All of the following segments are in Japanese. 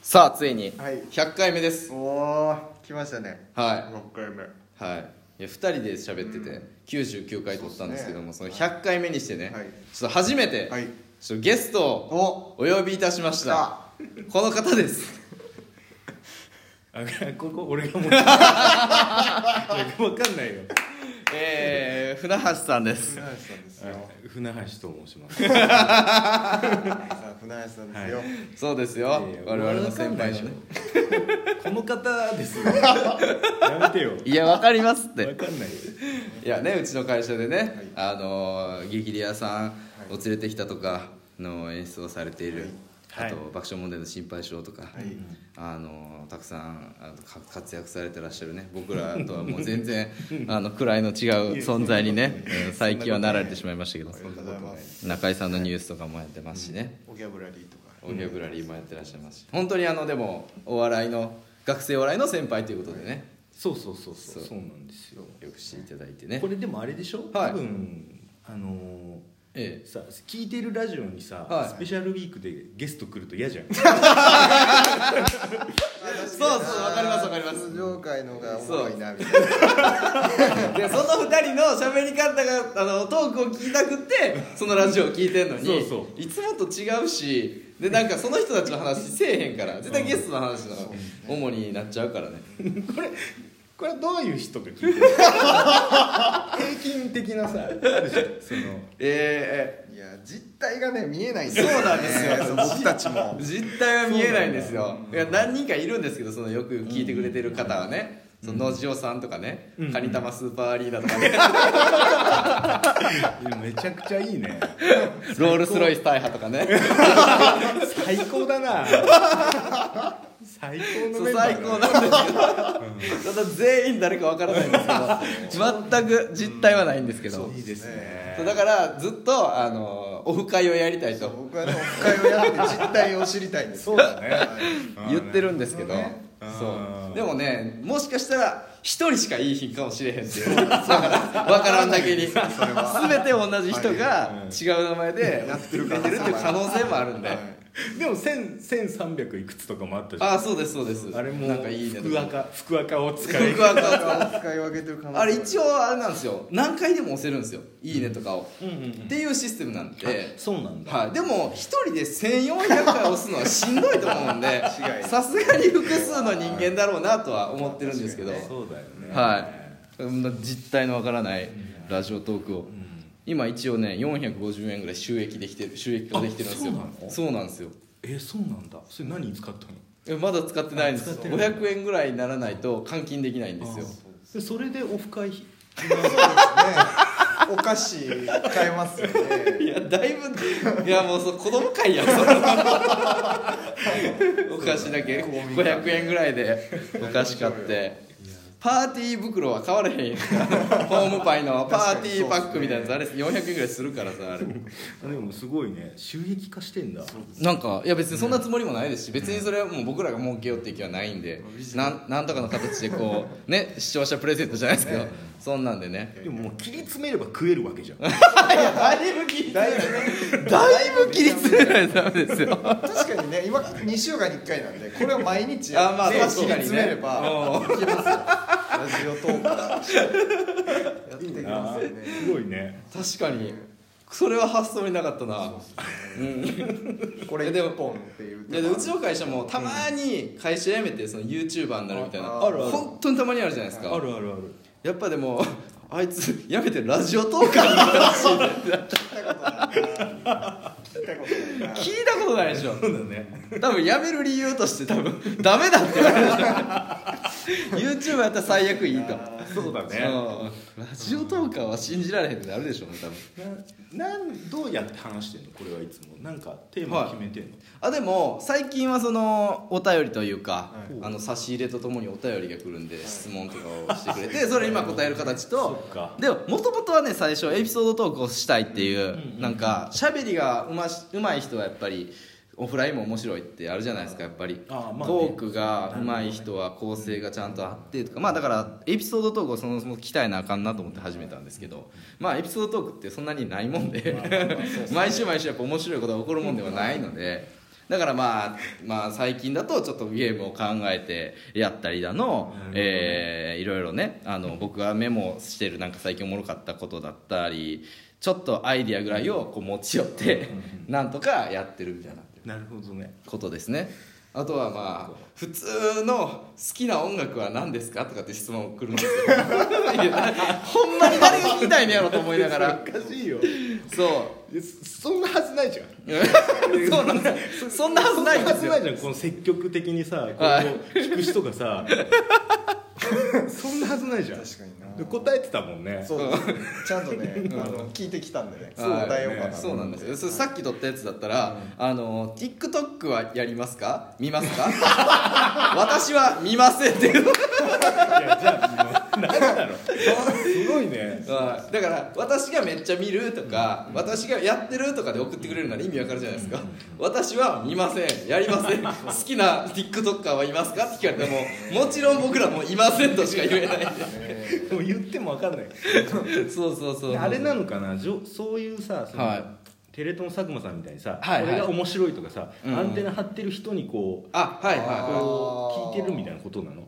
さあついにはい100回目ですおお来ましたねは6回目いはいいや2人で喋ってうてん99回撮ったんですけどもそそうのですね100回目にしてねはいちょっと初めてはいちょっとゲストをおお呼びいたしましたさこの方ですあここ俺が持ってる分かんないよえー船橋さんであす船橋さんですよ船橋と申しますいさあ船橋さんですよそうですやよいや我々の先輩のねこの方ですよやめてよいやわかりますっ分てかんないよいやねうちの会社でねあのー激レアさんを連れてきたとかの演出をされているはあいと爆笑問題の心配性とかはいあのたくさんあのか活躍されてらっしゃるね僕らとはもう全 然あの位の違う存在にねうん最近はなられてしまいましたけどありがとうございます中居さんのニュースとかもやってますしね、おギャブラリーとかオギャブラリーもやってらっしゃいますし本当にあのでもお笑いの学生お笑いの先輩ということでねそうそうそうそそううそうなんですよよく知っていただいてねこれでもあれでしょ、はい多分あのーええさ聞いてるラジオにさ、はいスペシャルウィークでゲスト来ると嫌 じゃんそうそうわかりますわかります通常回のがおもろいなみたいでその2人の喋り方があのトークを聞きたくってそのラジオを聞いてんのにそうそういつもと違うしでなんかその人たちの話せえへんから絶対ゲストの話の方が主になっちゃうからねこれはどういう人が聞いてる 平均的なさあるじゃんそのえないや実態がね見えないんだよねそうなんですよそう僕たちもえ実態は見えないんですよいや何人かいるんですけどそのよく聞いてくれてる方はね、その野次郎さんとかね、うんカニ玉スーパーアリーナとかね、めちゃくちゃいいねロールスロイス大破とかね最高だな最高のそうメンバー最だな高なんですけど、ただ全員誰かわからないんですけ ど全く実態はないんですけど、いいですねそうだからずっとあのオフ会をやりたいと僕はねオフ会をやって実態を知りたいんですそうだねはい言ってるんですけど、そうねあそうーでもねもしかしたら一人しかいい日かもしれへんっていうだから分からんだけに全ては同じ人がはい違う名前でやってるや可っ能てる性っていう可能性もあるんで、はいでも1000 1300いくつとかもあったじゃんああそうですそうですあれもなんかいいねと福か赤福赤を使い福岡オフ会を上げてる可能性あれ一応応あれなんですよ何回でも押せるんですよ「いいね」とかを、っていうシステムなんで、そうなんだはい、でも一人で1400回押すのはしんどいと思 うんで違いさすがに複数の人間だろうなとは思ってるんですけど、そうだよねはいこんな実態のわからないラジオトークを、今一応ね450円ぐらい収益できてる収益化できてるんですよあそうそうなのなんですよえそうなんだそれ何に使ったのえまだ使ってないんですあ使ってない500円ぐらいにならないと換金できないんですよでそれでオフ会費お菓子買えますよねいやだいぶいやもうそう子供会やん お菓子だけ500円ぐらいでお菓子買ってパーティー袋は買われへんやんかホームパイのパーティーパックみたいなやつあれ400円ぐらいするからさあれあでもすごいね収益化してんだなんかいや別にそんなつもりもないですし別にそれはもう僕らが儲けようっていう気はないんでなんなんとかの形でこうね視聴者プレゼントじゃないですけどそんなんでねでももう切り詰めれば食えるわ けじゃんだ いぶ切りだいぶ切り詰めないとダメですよ確かにね今2週間に1回なんでこれを毎日あまあで確かにね切り詰めればいけますよラジオトークだしやっていきあますよねすごいね確かにそれは発想になかったなこれ1本っていういやでうちの会社もたまに会社辞めてその YouTuber になるみたいなああるある本当にたまにあるじゃないですかあるあるあるやっぱでも あいつ辞めてラジオトーカーになったらしいね聞いたことないな聞いたことないな聞いたことないでしょそうだね多分辞める理由として多分ダメだって言われる YouTuber やったら最悪いいとそうだねうんラジオトーカーは信じられへんってなるでしょうね多分ななんどうやって話してんのこれはいつもなんかテーマ決めてんの、あでも最近はそのお便りというか、はいあの差し入れとともにお便りが来るんで質問とかをしてくれてそ れ今答える形とそっかでももともとはね最初エピソードトークをしたいっていう、うんうんなんかしゃべりがうましうまい人はやっぱりオフラインも面白いってあるじゃないですかやっぱり、あーまあねトークがうまい人は構成がちゃんとあってとかまあだからエピソードトークをそもそも鍛えなあかんなと思って始めたんですけどまあエピソー ドトークってそんなにないもんで毎週毎週やっぱ面白いことが起こるもんではないのでだからまあまあ最近だとちょっとゲームを考えてやったりだの、えーいろいろねあの僕がメモしてるなんか最近おもろかったことだったりちょっとアイディアぐらいをこう持ち寄ってなんとかやってるみたいななるほどねことですねあとはまあ普通の好きな音楽は何ですかとかって質問来るん ですよいやほんまに誰が聞きたいねやろと思いながらおかしいよ そういやそそんなはずないじゃん そうなんですよそんなはずないんですよそんなはずないじゃんこの積極的にさこうはい聞く人 がさそんなはずないじゃん確かになで答えてたもんねそうちゃんとねあの聞いてきたんでねはい答えようかなそうなんですよそれさっき撮ったやつだったら「あの TikTok はやりますか見ますか? 」 「私は見ません」っていういやじゃあ何 だろうすごいねはいだから私がめっちゃ見るとか私がやってるとかで送ってくれるなら意味わかるじゃないですか私は見ませんやりません好きな TikToker はいますかって聞かれてももちろん僕らもいませんとしか言えないん もう言っても分かんないでそうそうそうあれなのかなじょそういうさそのはいテレ東の佐久間さんみたいにさ、はいはいこれが面白いとかさ、うんアンテナ張ってる人にこうあはいはいあーはいこう聞いてるみたいなことなのなる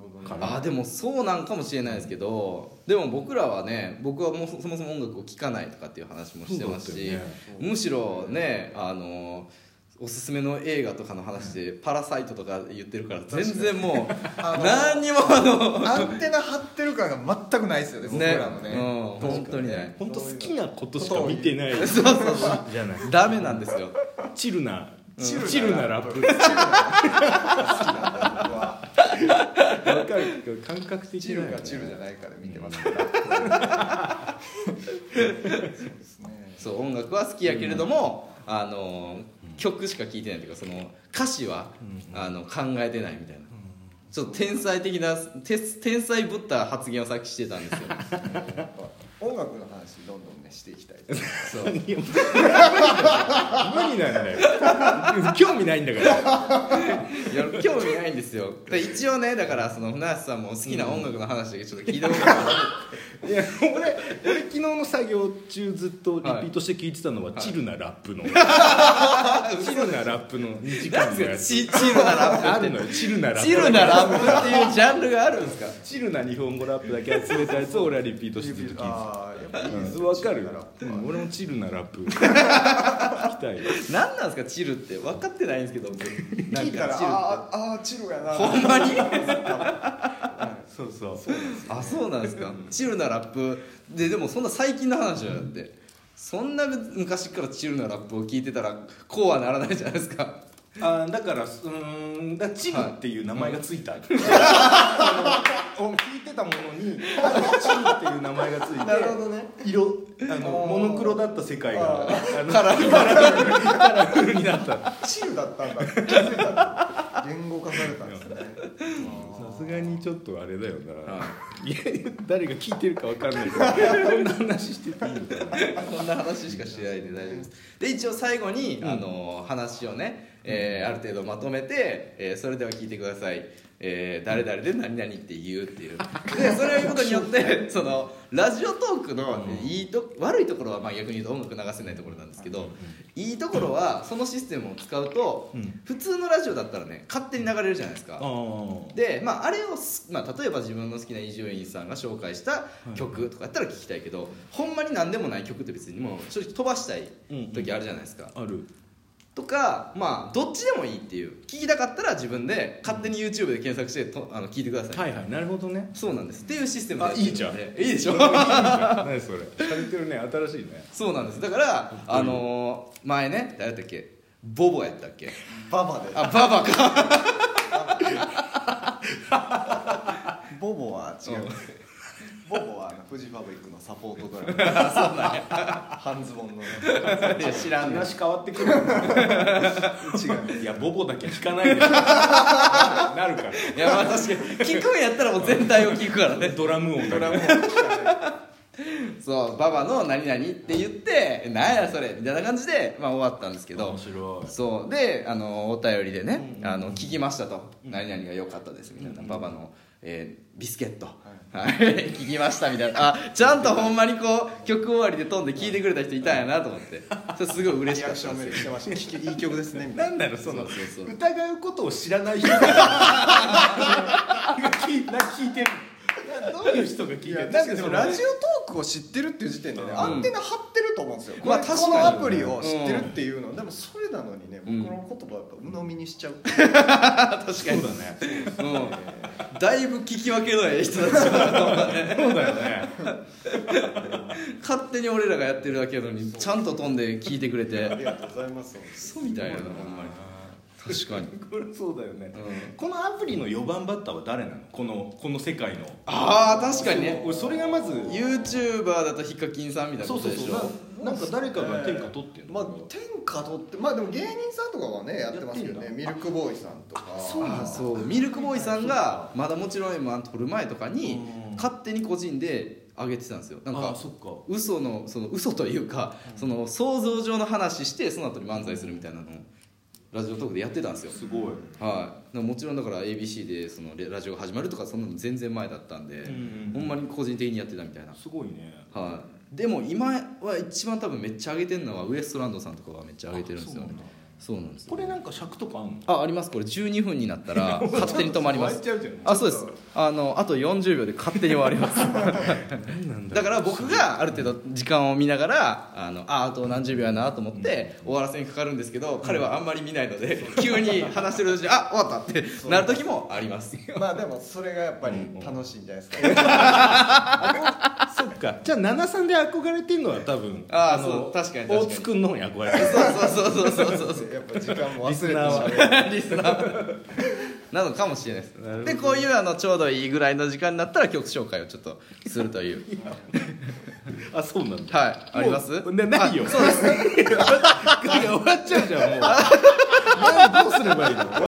ほどねかなあーでもそうなんかもしれないですけどでも僕らはね僕はもうそそもそも音楽を聴かないとかっていう話もしてますし、そうだったよむしろねあのおすすめの映画とかの話で「パラサイト」とか言ってるから全然もうあの何にもあのアンテナ張ってる感が全くないですよね 僕ねらのうんね、本当にね本当好きなことしか見てないじゃないダメなんですよチルなチルなチルなラップわはかるけど感覚的チだよルねかチルじゃないかで見て ますから、そうですねそう音楽は好きやけれども、あの曲しか聴いてないというかその歌詞は、あの考えてないみたいな、ちょっと天才的なて天才ぶった発言をさっきしてたんですよ音楽の話どんどんねしていきたい そういや無理なんだよ興味ないんだからいや興味ないんですよで一応ねだからその船橋さんも好きな音楽の話だけちょっと聞いてもらっていや俺俺昨日の作業中ずっとリピートして聞いてたのは、はいチルなラッ プの、チルなラップの2時間のいい やですつかチチルなラッあプっるてのよチルなラップチルなラップっていうジャンルがあるんですかチルな日本語ラップだけ集めたやつを俺はリピートしてずっと聞いてたああやっぱいいですわかるチルなラップは俺もチルなラ ップ聞きたい何なんですかチルって分かってないんですけど僕なん聞いたからチルっあーあーチルやなてほんまにそうそうあそうなんですかチルなラップででもそんな最近の話じゃなくてそんな昔からチルなラップを聞いてたらこうはならないじゃないですかあーだからうーんだからチルっていう名前がついた、あの聞いてたものにチルっていう名前がついてなるほどね色あのあーモノクロだった世界がああのカラフルカラフルになったチルだったんだ気づいた言語化されたんですねさすがにちょっとあれだよな、、はいや誰が聞いてるかわかんないからこんな話してていいのかなこんな話しかしないで大丈夫です。で一応最後に、あの話をね、えーある程度まとめて、えーそれでは聞いてください。えー誰々で何々って言うって いうでそれを言うことによってそのラジオトークのいいと悪いところはまあ逆に言うと音楽流せないところなんですけどいいところはそのシステムを使うとうん普通のラジオだったらね勝手に流れるじゃないですかあで、まあ、あれをす、まあ、例えば自分の好きな伊集院さんが紹介した曲とかやったら聞きたいけど、ほんまに何でもない曲って別にもう正直飛ばしたい時あるじゃないですか、あるとかまあどっちでもいいっていう聞きたかったら自分で勝手に YouTube で検索してとあの聞いてください、はいはいなるほどねそうなんですっていうシステムあいいじゃやんってるでいいでしょ何それされてるね新しいねそうなんですだからあのー前ね誰だったっけボボやったっけババであババかボボは違うボボはあのフジファブリックのサポートドラマそうなんや半ズボンのね いや知らんね話変わってくる違ういやボボだけ聞か ないでなるかいやまあ確かに聞くんやったらもう全体を聞くからねらドラム音ドだラけムをそう、ババの何々って言って、なんやそれみたいな感じで、まあ終わったんですけど面。白いそう、で、あの、お便りでねう、んあの、聞きましたと、うん何々が良かったですみたいな、うんババの。えービスケット、はい、 聞きましたみたいなあちゃんとほんまにこう曲終わりで飛んで聴いてくれた人いたんやなと思ってそれすごい嬉しリかアっクショたンんメーでルす来よてました聞きいい曲ですねみたいなんだろうそのそうそうそう疑うことを知らない人がが聞いな聞いてるなどういう人が聞いているやだってでもラジオオトークを知ってるっていう時点でね、うんアンテナ張ってると思うんですよ、まあこれ確かこにのアプリを知ってるっていうの、でもそれなのにね僕の言葉をやっぱ鵜呑みにしちゃう、確かにそうだねうん、だいぶ聞き分けのええ人たちそうだよね勝手に俺らがやってるだけやのにちゃんと飛んで聞いてくれあてりがとうございますそうみたいなほんまに確かに、これそうだよねうん、このアプリの4番バッターは誰なのこのこの世界のああ確かにね俺それがまず YouTuber だとヒカキンさんみたいなそこうそとうでしそょうななんか誰かが天下取ってるまあ天下取ってまあでも芸人さんとかはねやってますよやねってんミだルクボーイさんとかそうなんあだそうミルクボーイさんがまだもちろん M−1 撮る前とかにうん勝手に個人で上げてたんですよなんあかそっか嘘のその嘘というかその想像上の話してその後に漫才するみたいなのをラジオトークでやってたんですよすごいはい、でももちろんだから ABC でそのレラジオが始まるとかそんなの全然前だったんで、うんほんまに個人的にやってたみたいな、すごいねはい、でも今は一番多分めっちゃ上げてるのはウエストランドさんとかはめっちゃ上げてるんですよあそうなんだそうなんですよこれなんか尺とかあんのあありますこれ12分になった ら勝手に止まりま終すわっちゃうじゃんあそうですあのあと40秒で勝手に終わります何なんだだから僕がある程度時間を見ながらあのああと何十秒やなと思って終わらせにかかるんですけど彼はあんまり見ないので急に話してるうちにあ終わったってなる時もありますまあでもそれがやっぱり楽しいんじゃないですか、そっかじゃあ73で憧れてるのは多分あーのそう確かに確かに大津君の方に憧れてるそうそうそうそうそうそうやっぱ時間も忘れてしリスナまーはうリスナーなのかもしれないですなるほどでこういうあのちょうどいいぐらいの時間になったら曲紹介をちょっとするというあそう なんだはいありますもうねないよあそうです 終わっちゃうじゃんもうどうすればいいの